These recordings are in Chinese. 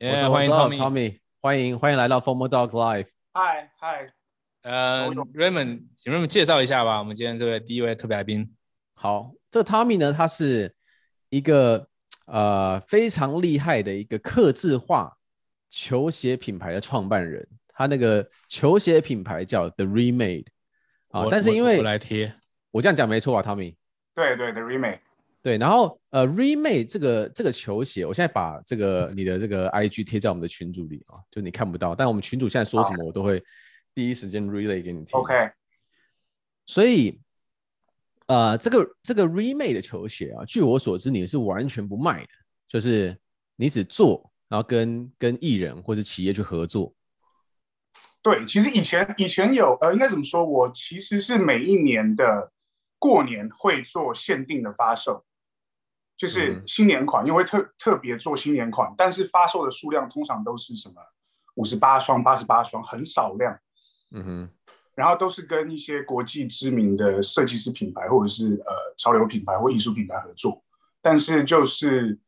我是欢迎我是 Tommy Tommy，欢迎欢迎来到 Formal Dog Life。嗨嗨，呃我有，Raymond，请 Raymond 介绍一下吧。我们今天这位第一位特别来宾，好，这个 Tommy 呢，他是一个呃非常厉害的一个刻字化球鞋品牌的创办人，他那个球鞋品牌叫 The Remade 啊我，但是因我为我来贴，我这样讲没错吧，Tommy？对对的 remake，对，然后呃，Remade 这个这个球鞋，我现在把这个你的这个 IG 贴在我们的群组里啊，就你看不到，但我们群主现在说什么，我都会第一时间 relay 给你听。 OK，所以呃，这个这个 Remade 的球鞋啊，据我所知，你是完全不卖的，就是你只做，然后跟跟艺人或者企业去合作。对，其实以前以前有呃，应该怎么说？我其实是每一年的过年会做限定的发售，就是嗯新年款，因为会特特别做新年款，但是发售的数量通常都是什么五十八双、八十八双，很少量，嗯哼，然后都是跟一些国际知名的设计师品牌或者是呃潮流品牌或艺术品牌合作，但是就是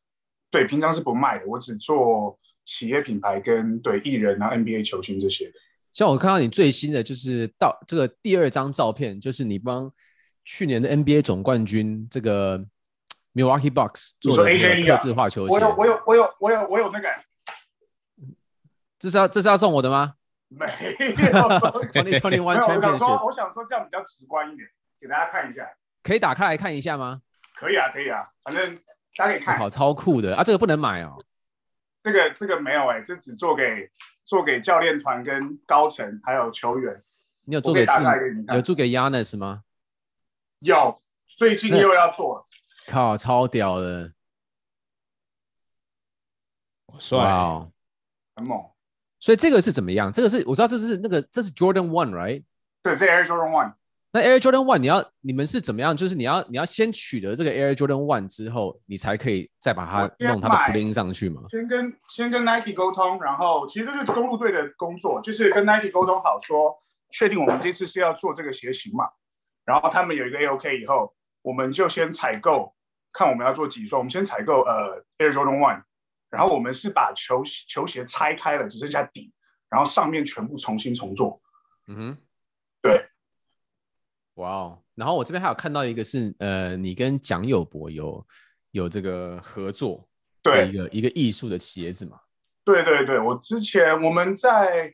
对平常是不卖的，我只做企业品牌跟对艺人啊 NBA 球星这些的。像我看到你最新的就是到这个第二张照片，就是你帮去年的 NBA 总冠军这个 Milwaukee Bucks 你做说的这 AJE 个啊刻字化球鞋。我有我有我有我有我有那个这是要这是要送我的 吗没有， ？Twenty Twenty 没 One 有，我想说 Championship 我想说这样比较直观一点，给大家看一下，可以打开来看一下吗？可以啊可以啊，反正大家可以看好，超酷的啊！这个不能买哦。这个这个没有哎、这只做给做给教练团跟高层还有球员，你有做我可给以自打开给你己，有看，做给 Yanis 吗？有最近又要做了。靠，超屌的！我哇帅，哦！很猛。所以这个是怎么样？这个是我知道，这是那个这是 Jordan One right？对，这 Air Jordan One 那 Air Jordan One 你要你们是怎么样？就是你要你要先取得这个 Air Jordan One 之后，你才可以再把它我先弄它的买 bling 上去吗？先跟先跟 Nike 沟通，然后其实这是公路队的工作，就是跟 Nike 沟通好说，确定我们这次是要做这个鞋型嘛，然后他们有一个 AOK 以后，我们就先采购，看我们要做几双，我们先采购呃 Air Jordan One，然后我们是把球球鞋拆开了，只剩下底，然后上面全部重新重做。嗯哼，对，哇哦！然后我这边还有看到一个是呃，你跟蒋友柏有有这个合作的对一，个一个艺术的鞋子嘛？对对对，我之前我们在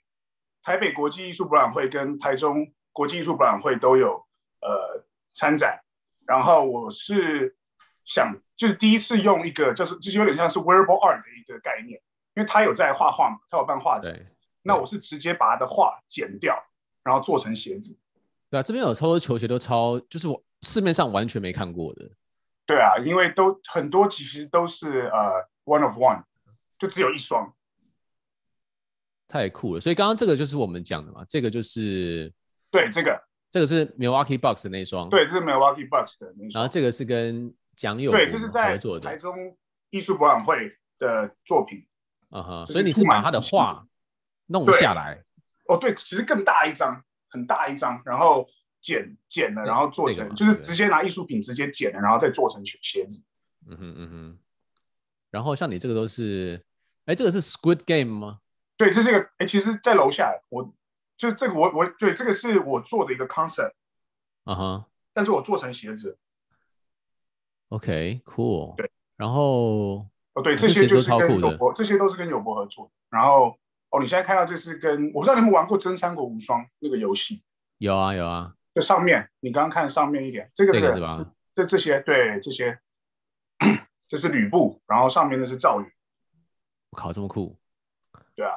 台北国际艺术博览会跟台中国际艺术博览会都有呃参展，然后我是想就是第一次用一个就是就是有点像是 wearable art 的一个概念，因为他有在画画嘛，他有办画展，对那我是直接把他的画剪掉，然后做成鞋子。对啊，这边有超多球鞋都超，就是我市面上完全没看过的。对啊，因为都很多其实都是呃 one of one，就只有一双。太酷了！所以刚刚这个就是我们讲的嘛，这个就是对，这个这个是 Milwaukee Bucks 的那一双，，对，这是 Milwaukee Bucks 的那一然双后。这个是跟蒋友对，柏这是合在作的台，中艺术博览会的作品。嗯哼，这是所以你是把他出版的的画弄对下来，哦，对，其实更大一张，很大一张，然后剪剪了，那然后做那个成，嘛就是对直接拿艺术品直接剪了，然后再做成鞋子。嗯哼嗯哼，然后像你这个都是，哎，这个是 Squid Game 吗？对，这是一个，哎，其实，在楼下，我就这个我，我对这个是我做的一个 concept，啊哈但是我做成鞋子。 ，OK，Cool，对，然后哦，对，这这些就鞋是都超酷跟的友博，这些都是跟友博合作。然后，哦，你现在看到这是跟，我不知道你们玩过《真三国无双》那个游戏，有啊有啊，就上面，你刚刚看上面一点，这个这个个是吧？这这些对这些， 这是吕布，然后上面那是赵云，我靠，这么酷！对啊，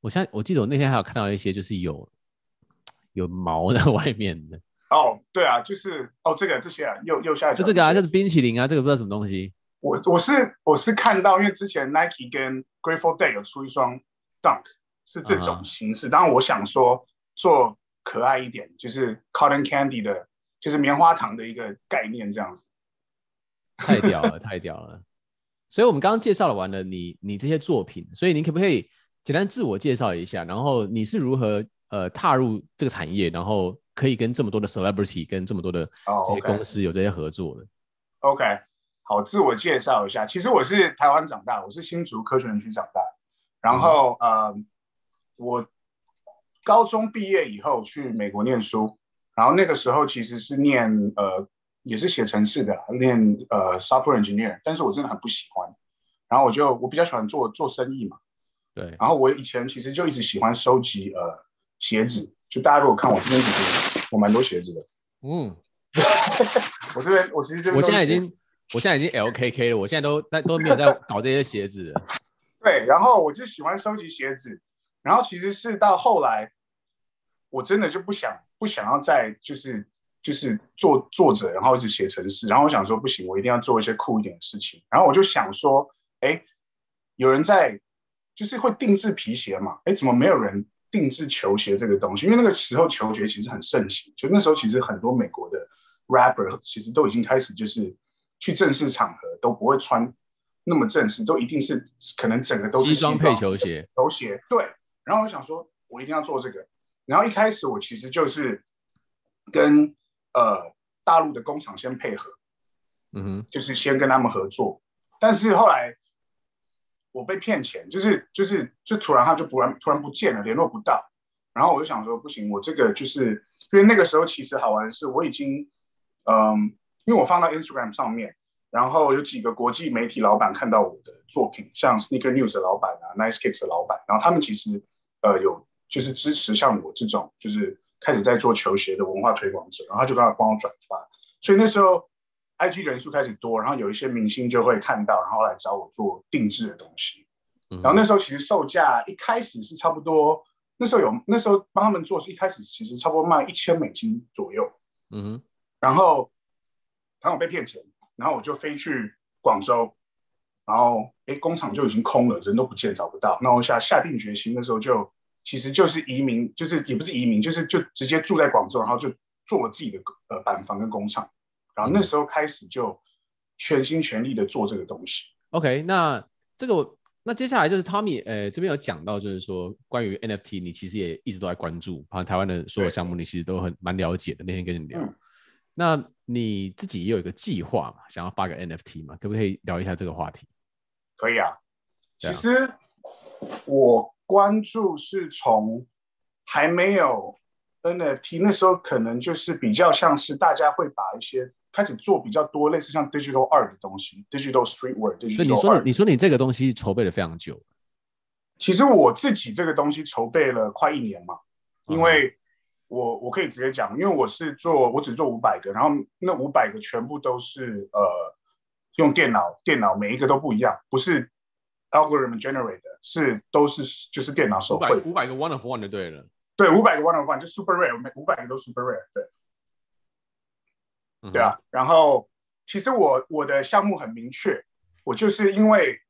我现在我记得我那天还有看到一些就是有有毛在外面的， 哦，对啊，就是哦这个这些啊，右右下角就这个啊，些这是冰淇淋啊，这个不知道什么东西。我我是我是看到，因为之前 Nike 跟 Grateful Dead 有出一双 Dunk 是这啊哈种形式，当然我想说做可爱一点，就是 Cotton Candy 的，就是棉花糖的一个概念这样子。太屌 了，太屌了！所以我们刚刚介绍了完了你你这些作品，所以你可不可以简单自我介绍一下？然后你是如何呃踏入这个产业，然后可以跟这么多的 celebrity 跟这么多的哦这些，OK 公司有这些合作的？ OK，好，自我介绍一下，其实我是台湾长大，我是新竹科学园区长大，然嗯后、呃，我高中毕业以后去美国念书，然后那个时候其实是念呃也是写程式的，念呃 software engineer，但是我真的很不喜欢，然后我就我比较喜欢做做生意嘛，对，然后我以前其实就一直喜欢收集呃鞋子，就大家如果看我这边其实我蛮多鞋子的，嗯，我这边我其实这边我都现在已是经，我现在已经 LKK 了，我现在都但都没有在搞这些鞋子了。对，然后我就喜欢收集鞋子，然后其实是到后来，我真的就不想不想要再就是就是做作者，然后一直写程式，然后我想说不行，我一定要做一些酷一点的事情，然后我就想说，哎，有人在就是会定制皮鞋嘛，哎，怎么没有人定制球鞋这个东西？因为那个时候球鞋其实很盛行，就那时候其实很多美国的 rapper 其实都已经开始就是去正式场合都不会穿那么正式，都一定是可能整个都是西装配球球鞋，球鞋。对，然后我想说，我一定要做这个。然后一开始我其实就是跟呃大陆的工厂先配合，嗯哼，就是先跟他们合作，但是后来我被骗钱，就是就是就突然他就突然突然不见了，联络不到，然后我就想说不行，我这个就是因为那个时候其实好玩的是我已经嗯，因为我放到 Instagram 上面，然后有几个国际媒体老板看到我的作品，像 Sneaker News 的老板啊，Nice Kicks 的老板，然后他们其实呃有就是支持像我这种就是开始在做球鞋的文化推广者，然后他就刚好帮我转发，所以那时候 IG 人数开始多，然后有一些明星就会看到，然后来找我做定制的东西。嗯哼然后那时候其实售价一开始是差不多，那时候有那时候帮他们做是一开始其实差不多卖一千美金左右，嗯哼，然后然后我被骗钱，然后我就飞去广州，然后哎工厂就已经空了，人都不见找不到，那我下下定决心，那时候就其实就是移民，就是也不是移民，就是就直接住在广州，然后就做我自己的呃板房跟工厂，然后那时候开始就全心全力的做这个东西。 OK，那这个我那接下来就是 Tommy，呃，这边有讲到，就是说关于 NFT，你其实也一直都在关注，好像台湾的所有对项目，你其实都很蛮了解的。那天跟你聊，嗯那你自己也有一个计划嘛，想要发个 NFT 嘛，可不可以聊一下这个话题？可以啊。对其啊实我关注是从还没有 NFT 那时候，可能就是比较像是大家会把一些开始做比较多类似像 digital art 的东西，digital streetwear、所以你 digital 说你 art。你说你这个东西筹备了非常久，其实我自己这个东西筹备了快一年嘛，嗯因为我我可以直接讲，因为我是做我只做五百个，然后那五百个全部都是呃用电脑，电脑每一个都不一样，不是 algorithm generate 的，是都是就是电脑手五绘百的。五百个 one of one 就对了。嗯对，五百个 one on one 就 super rare，每五百个都 super rare，对嗯哼对啊。然后其实我我的项目很明确，我就是因为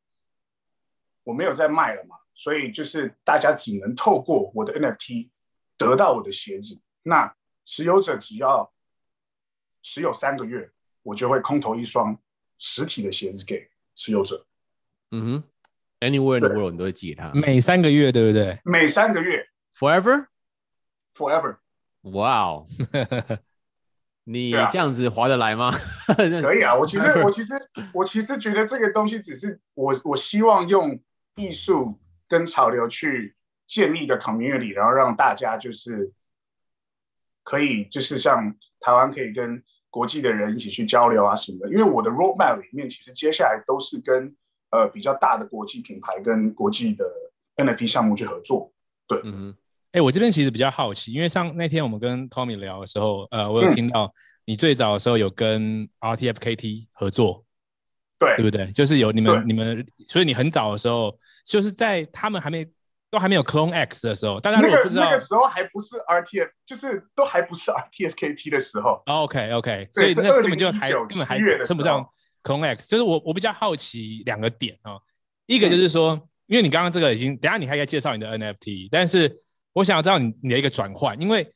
我没有在卖了嘛，所以就是大家只能透过我的 NFT 得到我的鞋子。那持有者只要持有三个月，我就会空投一双实体的鞋子给持有者，嗯哼，Anywhere in the 对 world 你都会寄给他每三个月，对不对？ 每三个月，Forever。 forever 哇哦，你对啊这样子划得来吗？ 可以啊，我 其实嗯我其实我其实觉得这个东西只是我我希望用艺术跟潮流去建立一个 community，然后让大家就是可以就是像台湾可以跟国际的人一起去交流啊什么的。因为我的 roadmap 里面其实接下来都是跟呃比较大的国际品牌跟国际的 NFT 项目去合作。嗯哼，哎，我这边其实比较好奇，因为像那天我们跟 Tommy 聊的时候，呃，我有嗯听到你最早的时候有跟 RTFKT 合作，对对不对？就是有你们对你们，所以你很早的时候，就是在他们还没都还没有 Clone X 的时候，大家那如果不个知道那个时候还不是 RTF，就是都还不是 RTFKT 的时候。 OK OK，所哦对以是那根本就2019还根本还7月的称不时候上 Clone X。就是我我比较好奇两个点哦，一个嗯就是说，因为你刚刚这个已经，等一下你还可以介绍你的 NFT，但是我想要知道你你的一个转换，因为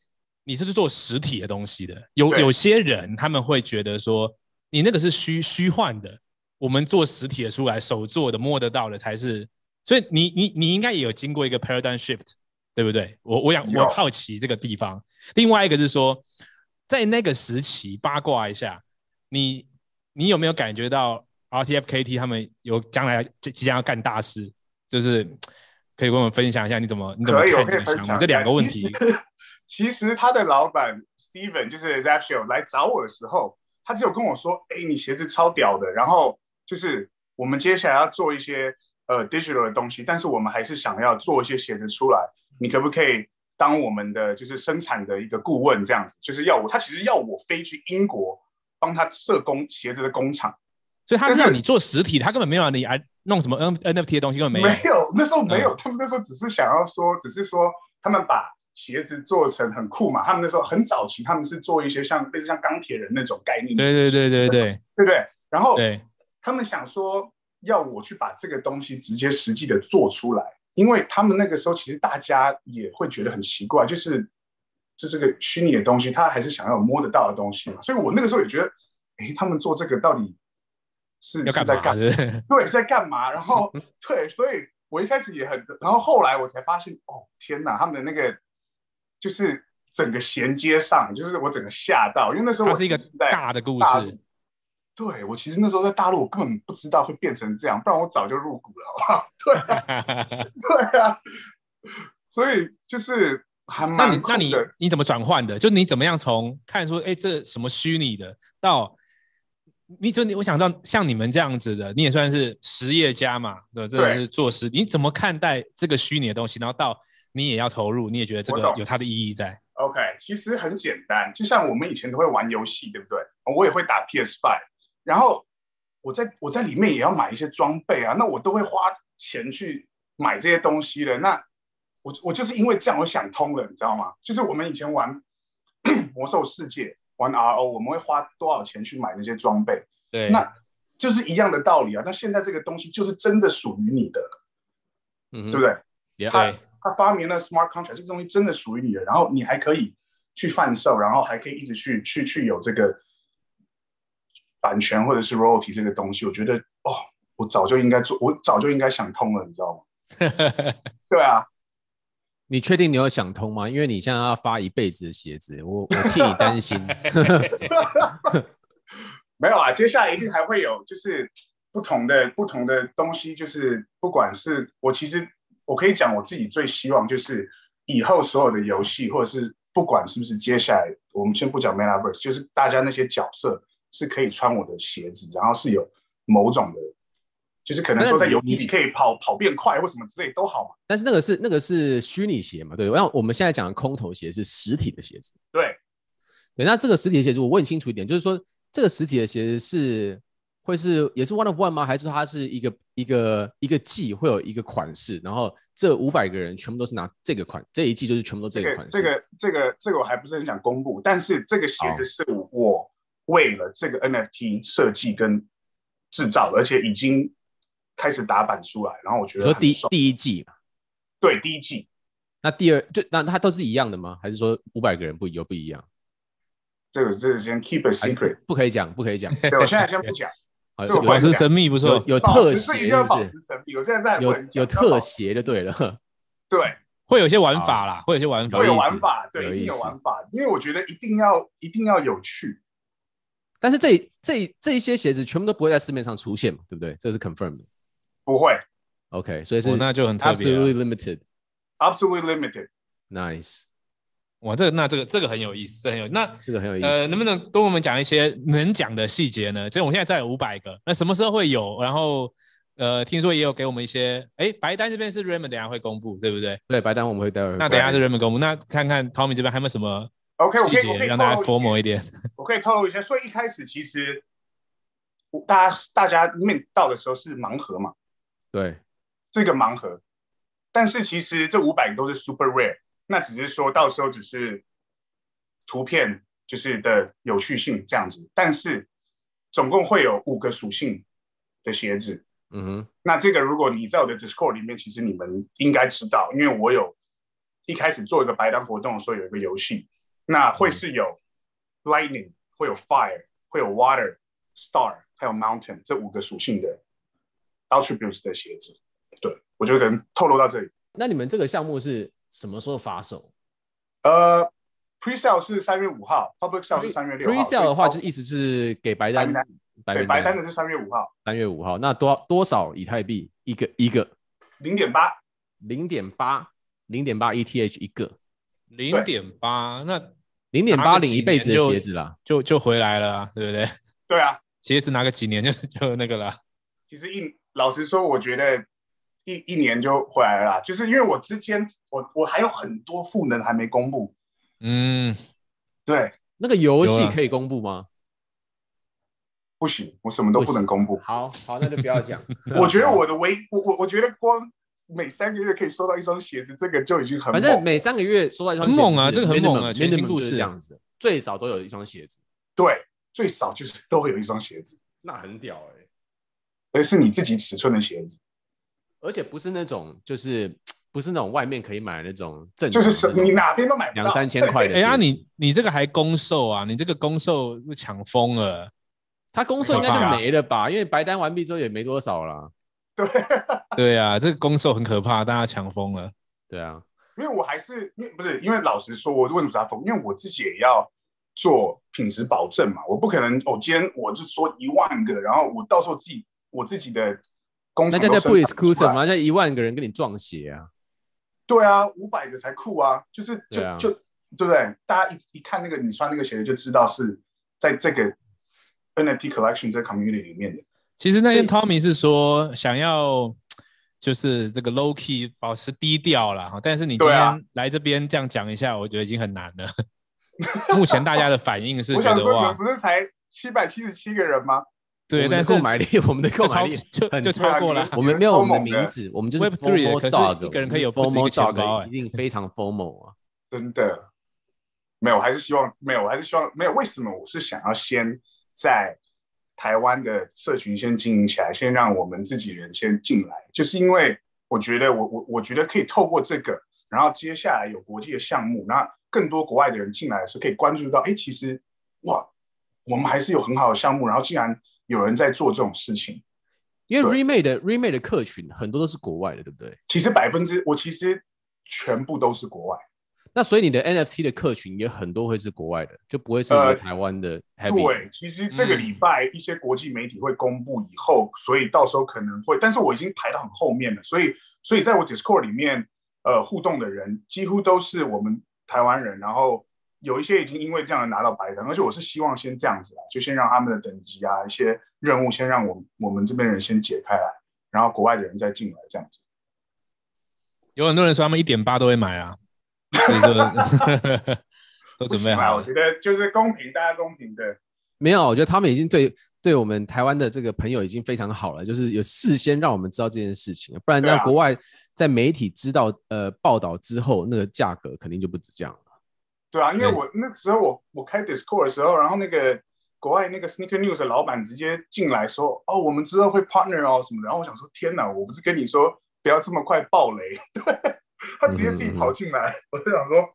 你是做实体的东西的，有对有些人他们会觉得说，你那个是虚虚幻的，我们做实体的出来，手做的摸得到的才是，所以你你你应该也有经过一个 paradigm shift，对不对？我我想我有好奇这个地方，另外一个是说，在那个时期八卦一下，你你有没有感觉到 RTFKT 他们有将来即即将要干大事，就是可以跟我们分享一下你怎么你怎么可以，我看可这以个项分目？享哎这两个问题其，实其实他的老板 Steven 就是 Zapshow 来找我的时候，他只有跟我说：“哎，你鞋子超屌的。”然后就是我们接下来要做一些呃 digital 的东西，但是我们还是想要做一些鞋子出来，你可不可以当我们的就是生产的一个顾问这样子？就是要我，他其实要我飞去英国帮他设工鞋子的工厂。所以他是但是让你做实体，他根本没有让你来弄什么 N NFT 的东西，根本没有。嗯那时候没有，他们那时候只是想要说，只是说他们把鞋子做成很酷嘛。他们那时候很早期，他们是做一些像类似像钢铁人那种概念，对对对对对对不对？然后对，他们想说要我去把这个东西直接实际的做出来，因为他们那个时候其实大家也会觉得很奇怪，就是就这个虚拟的东西，他还是想要摸得到的东西嘛。所以我那个时候也觉得，哎，他们做这个到底是要是干在嘛？干对 对对，在干嘛？然后对，所以我一开始也很，然后后来我才发现，哦，天哪，他们的那个就是整个衔接上，就是我整个吓到，因为那时候它我是一个其实在大的故大事陆。对我其实那时候在大陆，我根本不知道会变成这样，不然我早就入股了，好不好？ 对啊， 所以就是还那蛮你酷那的。你你怎么转换的？就你怎么样从看说，哎，这什么虚拟的，到你就你，我想知道像你们这样子的，你也算是实业家嘛，对，真的对是做实，你怎么看待这个虚拟的东西？然后到你也要投入，你也觉得这我个懂有它的意义在。 OK，其实很简单，就像我们以前都会玩游戏，对不对？我也会打 PS Five，然后我在我在里面也要买一些装备啊，那我都会花钱去买这些东西的。那我我就是因为这样，我想通了，你知道吗？就是我们以前玩 魔兽世界、玩 RO，我们会花多少钱去买那些装备？对，那就是一样的道理啊。那现在这个东西就是真的属于你的了，嗯哎对不对？对他对他发明了 smart contract 这个东西真的属于你的，然后你还可以去贩售，然后还可以一直去去去有这个版权或者是 royalty 这个东西，我觉得哦，我早就应该做，我早就应该想通了，你知道吗？对啊，你确定你有想通吗？因为你现在要发一辈子的鞋子，我我替你担 心。没有啊，接下来一定还会有就是不同的不同的东西，就是不管是我其实我可以讲我自己最希望就是以后所有的游戏或者是不管是不是接下来我们先不讲 Metaverse，就是大家那些角色是可以穿我的鞋子，然后是有某种的，就是可能说在游戏里可以跑跑变快或什么之类都好嘛。但是那个是那个是虚拟鞋嘛，对不对？那我们现在讲的空头鞋是实体的鞋子。对，对，那这个实体的鞋子我问清楚一点，就是说这个实体的鞋子是会是也是 one of one 吗？还是它是一个一个一个季会有一个款式，然后这五百个人全部都是拿这个款，这一季就是全部都这这个个款式。这个这个这个我还不是很想公布，但是这个鞋哦子是我为了这个 NFT 设计跟制造的，而且已经开始打版出来，然后我觉你得说很第爽第一季嘛，对第一季那第二就那那它都是一样的吗？还是说五百个人不有不一样？这个这个先 keep a 还是 secret，不可以讲，不可以讲。对我现在先不讲，好是我保会持讲神秘不错有。有保特持写是一定是要不保是？持神秘。我现在在有问有要特保写就对了。对，会有一些玩法啦，会有一些玩法有会。有意思玩法，对，有一定有意思玩法，因为我觉得一定要一定要有趣，但是这这这一些鞋子全部都不会在市面上出现嘛，对不对？这是 confirm 的。不会 OK，所以是哦，那就很特别了。 absolutely limited。 absolutely limited。 Nice，哇，这个那这个这个很有意思，这个很有那这个很有意思。呃，能不能多我们讲一些能讲的细节呢？这我们现在在五百个，那什么时候会有？然后呃，听说也有给我们一些，哎，白单这边是 Raymond 等一下会公布，对不对？对，白单我们会待会儿。那等一下是 Raymond 公布，那看看 Tommy 这边还有没有什么 OK，我可细以我可节以让大家透露 formal 一点？我可以透露一下，所以一开始其实我大家大家面到的时候是盲盒嘛，对，是一个盲盒，但是其实这五百个都是 super rare，那只是说到时候只是图片就是的有趣性这样子，但是总共会有五个属性的鞋子。嗯哼，那这个如果你在我的 Discord 里面，其实你们应该知道，因为我有一开始做一个白单活动的时候有一个游戏，那嗯会是有 Lightning，会有 Fire，会有 Water、Star，还有 Mountain 这五个属性的 attributes 的鞋子。对我就可能透露到这里。那你们这个项目是什么时候发售呃，Pre sale 是三月五号，Public sale 是三月六号。 ？Pre sale 的话，所就以一直是给白单白单白对，名白单单的是三月五号，三月五号，那多多少以太币一个一个？零点八，零点八，零点八 ETH 一个，零点八，那零点拿八个领几一辈子的年就鞋子啦。就就回来了啊，对不对？对啊，鞋子拿个几年就 就那个了，啊其实一老实说，我觉得一一年就回来了啦，就是因为我之间我我还有很多赋能还没公布，嗯，对，那个游戏有啊可以公布吗？不行，我什么都不能公布。好好，那就不要讲。 我觉得我的唯一我我我觉得光每三个月可以收到一双鞋子，这个就已经很反猛正每三个月收到一双鞋子很猛啊这个很猛啊 minimum- 全新 minimum 故事就是这样子，最少都有一双鞋子，对，最少就是都会有一双鞋子，那很屌欸哎、而是你自己尺寸的鞋子，而且不是那种就是不是那种外面可以买的那种正常就的是那什种，你哪边都买不到两三千块的哎、鞋呀、子。你你这个还攻售啊？你这个攻售是抢疯了，他公售应该就没了吧？因为白单完毕之后也没多少啦。对，对啊，这个攻售很可怕，大家抢疯了。对啊，因为我还是因为不是因为老实说，我为什么要封？因为我自己也要做品质保证嘛，我不可能哦，今天我就说一万个，然后我到时候自己我自己的工那厂叫都叫生不产不出 exclusive 来。嘛，那一万个人跟你撞鞋啊。对啊，五百个才酷啊，就是就、对啊就对不对？大家一一看那个你穿那个鞋子就知道是在这个 NFT collection 这个 community 里面的。其实那天对 Tommy 是说想要就是这个 low key 保持低调啦，哈，但是你今对啊天来这边这样讲一下，我觉得已经很难了。 目前大家的反应是我觉想得说，你哇们，不是才七百七十七个人吗？我对，们的但是购买力，我们的就购买超力，就很就超过对啊了你们。我们没有我们的超猛的名字，我们就是 Web three， FOMO 可是 dog，一个人可以有我们不止一个 FOMO 钱包 dog，哎一定非常 FOMO 啊。真的没有，我还是希望没有，我还是希望没有。为什么我是想要先在台湾的社群先经营起来，先让我们自己人先进来，就是因为我觉得我我我觉得可以透过这个，然后接下来有国际的项目，那更多国外的人进来的时候，可以关注到，哎，其实哇，我们还是有很好的项目，然后竟然有人在做这种事情。因为对 remade 的 remade 的客群很多都是国外的，对不对？其实百分之我其实全部都是国外。那所以你的 NFT 的客群也很多会是国外的，就不会是呃你台湾的 heavy。对，其实这嗯个礼拜一些国际媒体会公布以后，所以到时候可能会，但是我已经排到很后面了，所以所以在我 Discord 里面，呃，互动的人几乎都是我们台湾人，然后有一些已经因为这样拿到白单，而且我是希望先这样子啦，就先让他们的等级啊一些任务先让我我们这边人先解开来，然后国外的人再进来这样子。有很多人说他们一点八都会买啊， 所以啊说都准备不行啦好我了。觉得就是公平，大家公平的。没有，我觉得他们已经对对我们台湾的这个朋友已经非常好了，就是有事先让我们知道这件事情，不然对啊在国外在媒体知道呃报道之后，那个价格肯定就不止这样了。对啊，因为对我那时候我我开 Discord 的时候，然后那个国外那个 Sneaker News 的老板直接进来说：“哦，我们之后会 partner 哦什么的。”然后我想说：“天哪，我不是跟你说不要这么快爆雷？” 对，他直接自己跑进来， 我就想说：“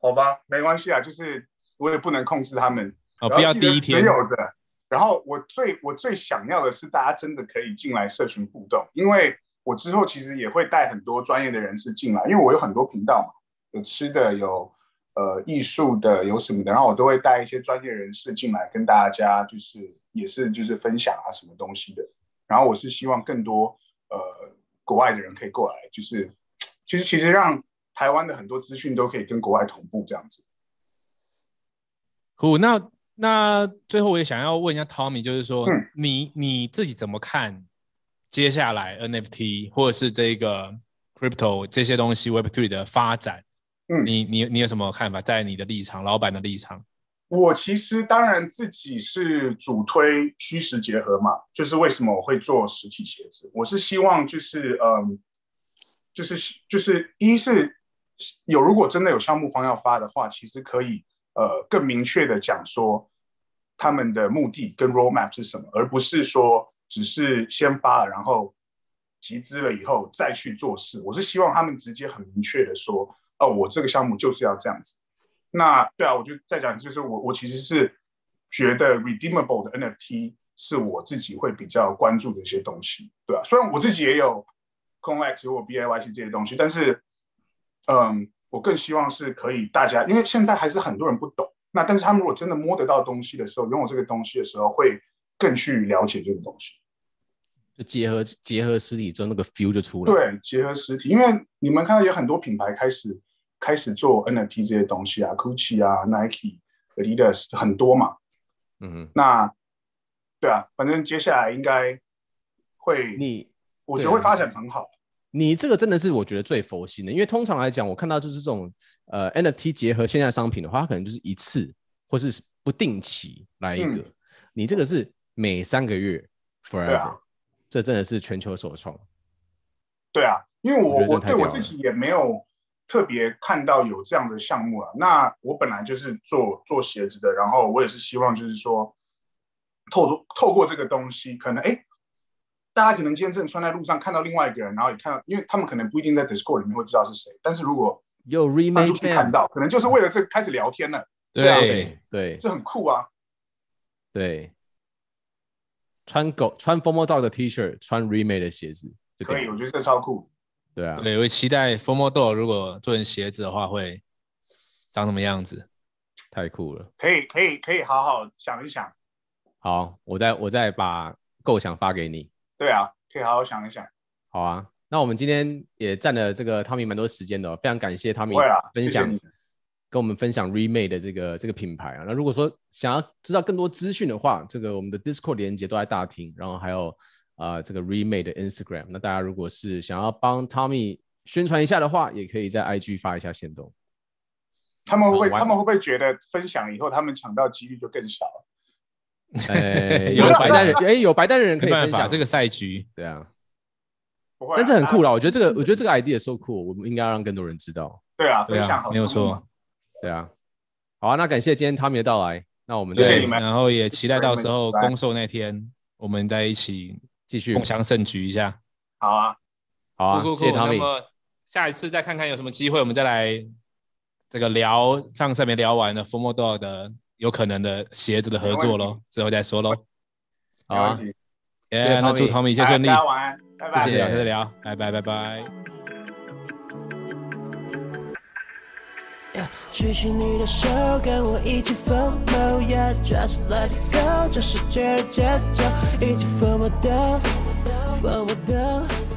好吧，没关系啊，就是我也不能控制他们，哦，然后不要记得第一天持有着。然后我最我最想要的是，大家真的可以进来社群互动，因为我之后其实也会带很多专业的人士进来，因为我有很多频道嘛，有吃的，有呃艺术的，有什么的，然后我都会带一些专业人士进来跟大家就是也是就是分享啊什么东西的。然后我是希望更多呃国外的人可以过来，就是就是其实让台湾的很多资讯都可以跟国外同步这样子。酷，那那最后我也想要问一下 Tommy，就是说、嗯你你自己怎么看接下来 NFT 或者是这个 crypto 这些东西 Web3 的发展？嗯你你你有什么看法？在你的立场，老板的立场，我其实当然自己是主推虚实结合嘛，就是为什么我会做实体鞋子，我是希望就是嗯，就是就是一是有如果真的有项目方要发的话，其实可以呃更明确的讲说他们的目的跟 roadmap 是什么，而不是说只是先发了然后集资了以后再去做事。我是希望他们直接很明确的说，哦，我这个项目就是要这样子。那对啊，我就再讲，就是我我其实是觉得 redeemable 的 NFT 是我自己会比较关注的一些东西，对啊，虽然我自己也有 ConX 或 BAYC 这些东西，但是，嗯，我更希望是可以大家，因为现在还是很多人不懂，那但是他们如果真的摸得到东西的时候，拥有这个东西的时候，会更去了解这个东西。就结合结合实体之后，那个 feel 就出来。，对，结合实体，因为你们看到有很多品牌开始开始做 NFT 这些东西啊，Gucci 啊、Nike、Adidas 很多嘛。嗯哼，那对啊，反正接下来应该会，你我觉对得会啊发展很好。你这个真的是我觉得最佛心的，因为通常来讲，我看到就是这种呃 NFT 结合线下商品的话，它可能就是一次或是不定期来一个。嗯你这个是每三个月 forever，、对啊这真的是全球首创。对啊，因为我我觉得我太对我屌自了己也没有特别看到有这样的项目啊。那我本来就是做做鞋子的，然后我也是希望就是说，透过透过这个东西，可能哎，大家可能今天正穿在路上看到另外一个人，然后也看到，因为他们可能不一定在 Discord 里面会知道是谁，但是如果有翻 remake 出去看 fan，到，可能就是为了这开始聊天了，啊对，对这很酷啊。对，穿狗穿 Formal Dog 的 T 恤，穿 remake 的鞋子，就可以，屌我觉得这超酷。对啊，对，我也期待 Formal d o 如果做成鞋子的话，会长什么样子？太酷了。可以，可以，可以好好想一想。好，我再我再把构想发给你。对啊，可以好好想一想。好啊，那我们今天也占了这个汤米蛮多时间的、哦，非常感谢汤米不会啦分谢谢享你跟我们分享 Remade 的这个这个品牌啊。那如果说想要知道更多资讯的话，这个我们的 Discord 连接都在大厅，然后还有呃这个 Remade 的 Instagram。那大家如果是想要帮 Tommy 宣传一下的话，也可以在 IG 发一下行 动。他们会不会好玩他们会不会觉得分享以后他们抢到几率就更小了？哎，有白带人，哎，有白带人可没以办分法，享这个赛局对啊，不会啊，但是很酷啊。啦，我觉得这个我觉得这个 idea 受酷，我们应该要让更多人知道。对啊，对分享啊好，嗯没有聪明错。对啊，好啊，那感谢今天汤米的到来，那我们谢谢再对，你们然后也期待到时候谢谢你们公售那天，我们在一起继续共襄盛举一下。好啊，好啊，酷酷酷！谢谢汤那米，么下一次再看看有什么机会，我们再来这个聊上次还没聊完的 Formal Dog 的有可能的鞋子的合作没问喽，之后再说喽。好没问啊题，耶、谢 yeah,，那祝 Tommy Tommy 一切顺利大，家晚安，拜拜。谢谢，谢下次聊，拜拜拜拜。 Yeah，举起你的手，跟我一起疯魔，Yeah，just let it go，这世界的节奏，一起疯魔的，疯魔的。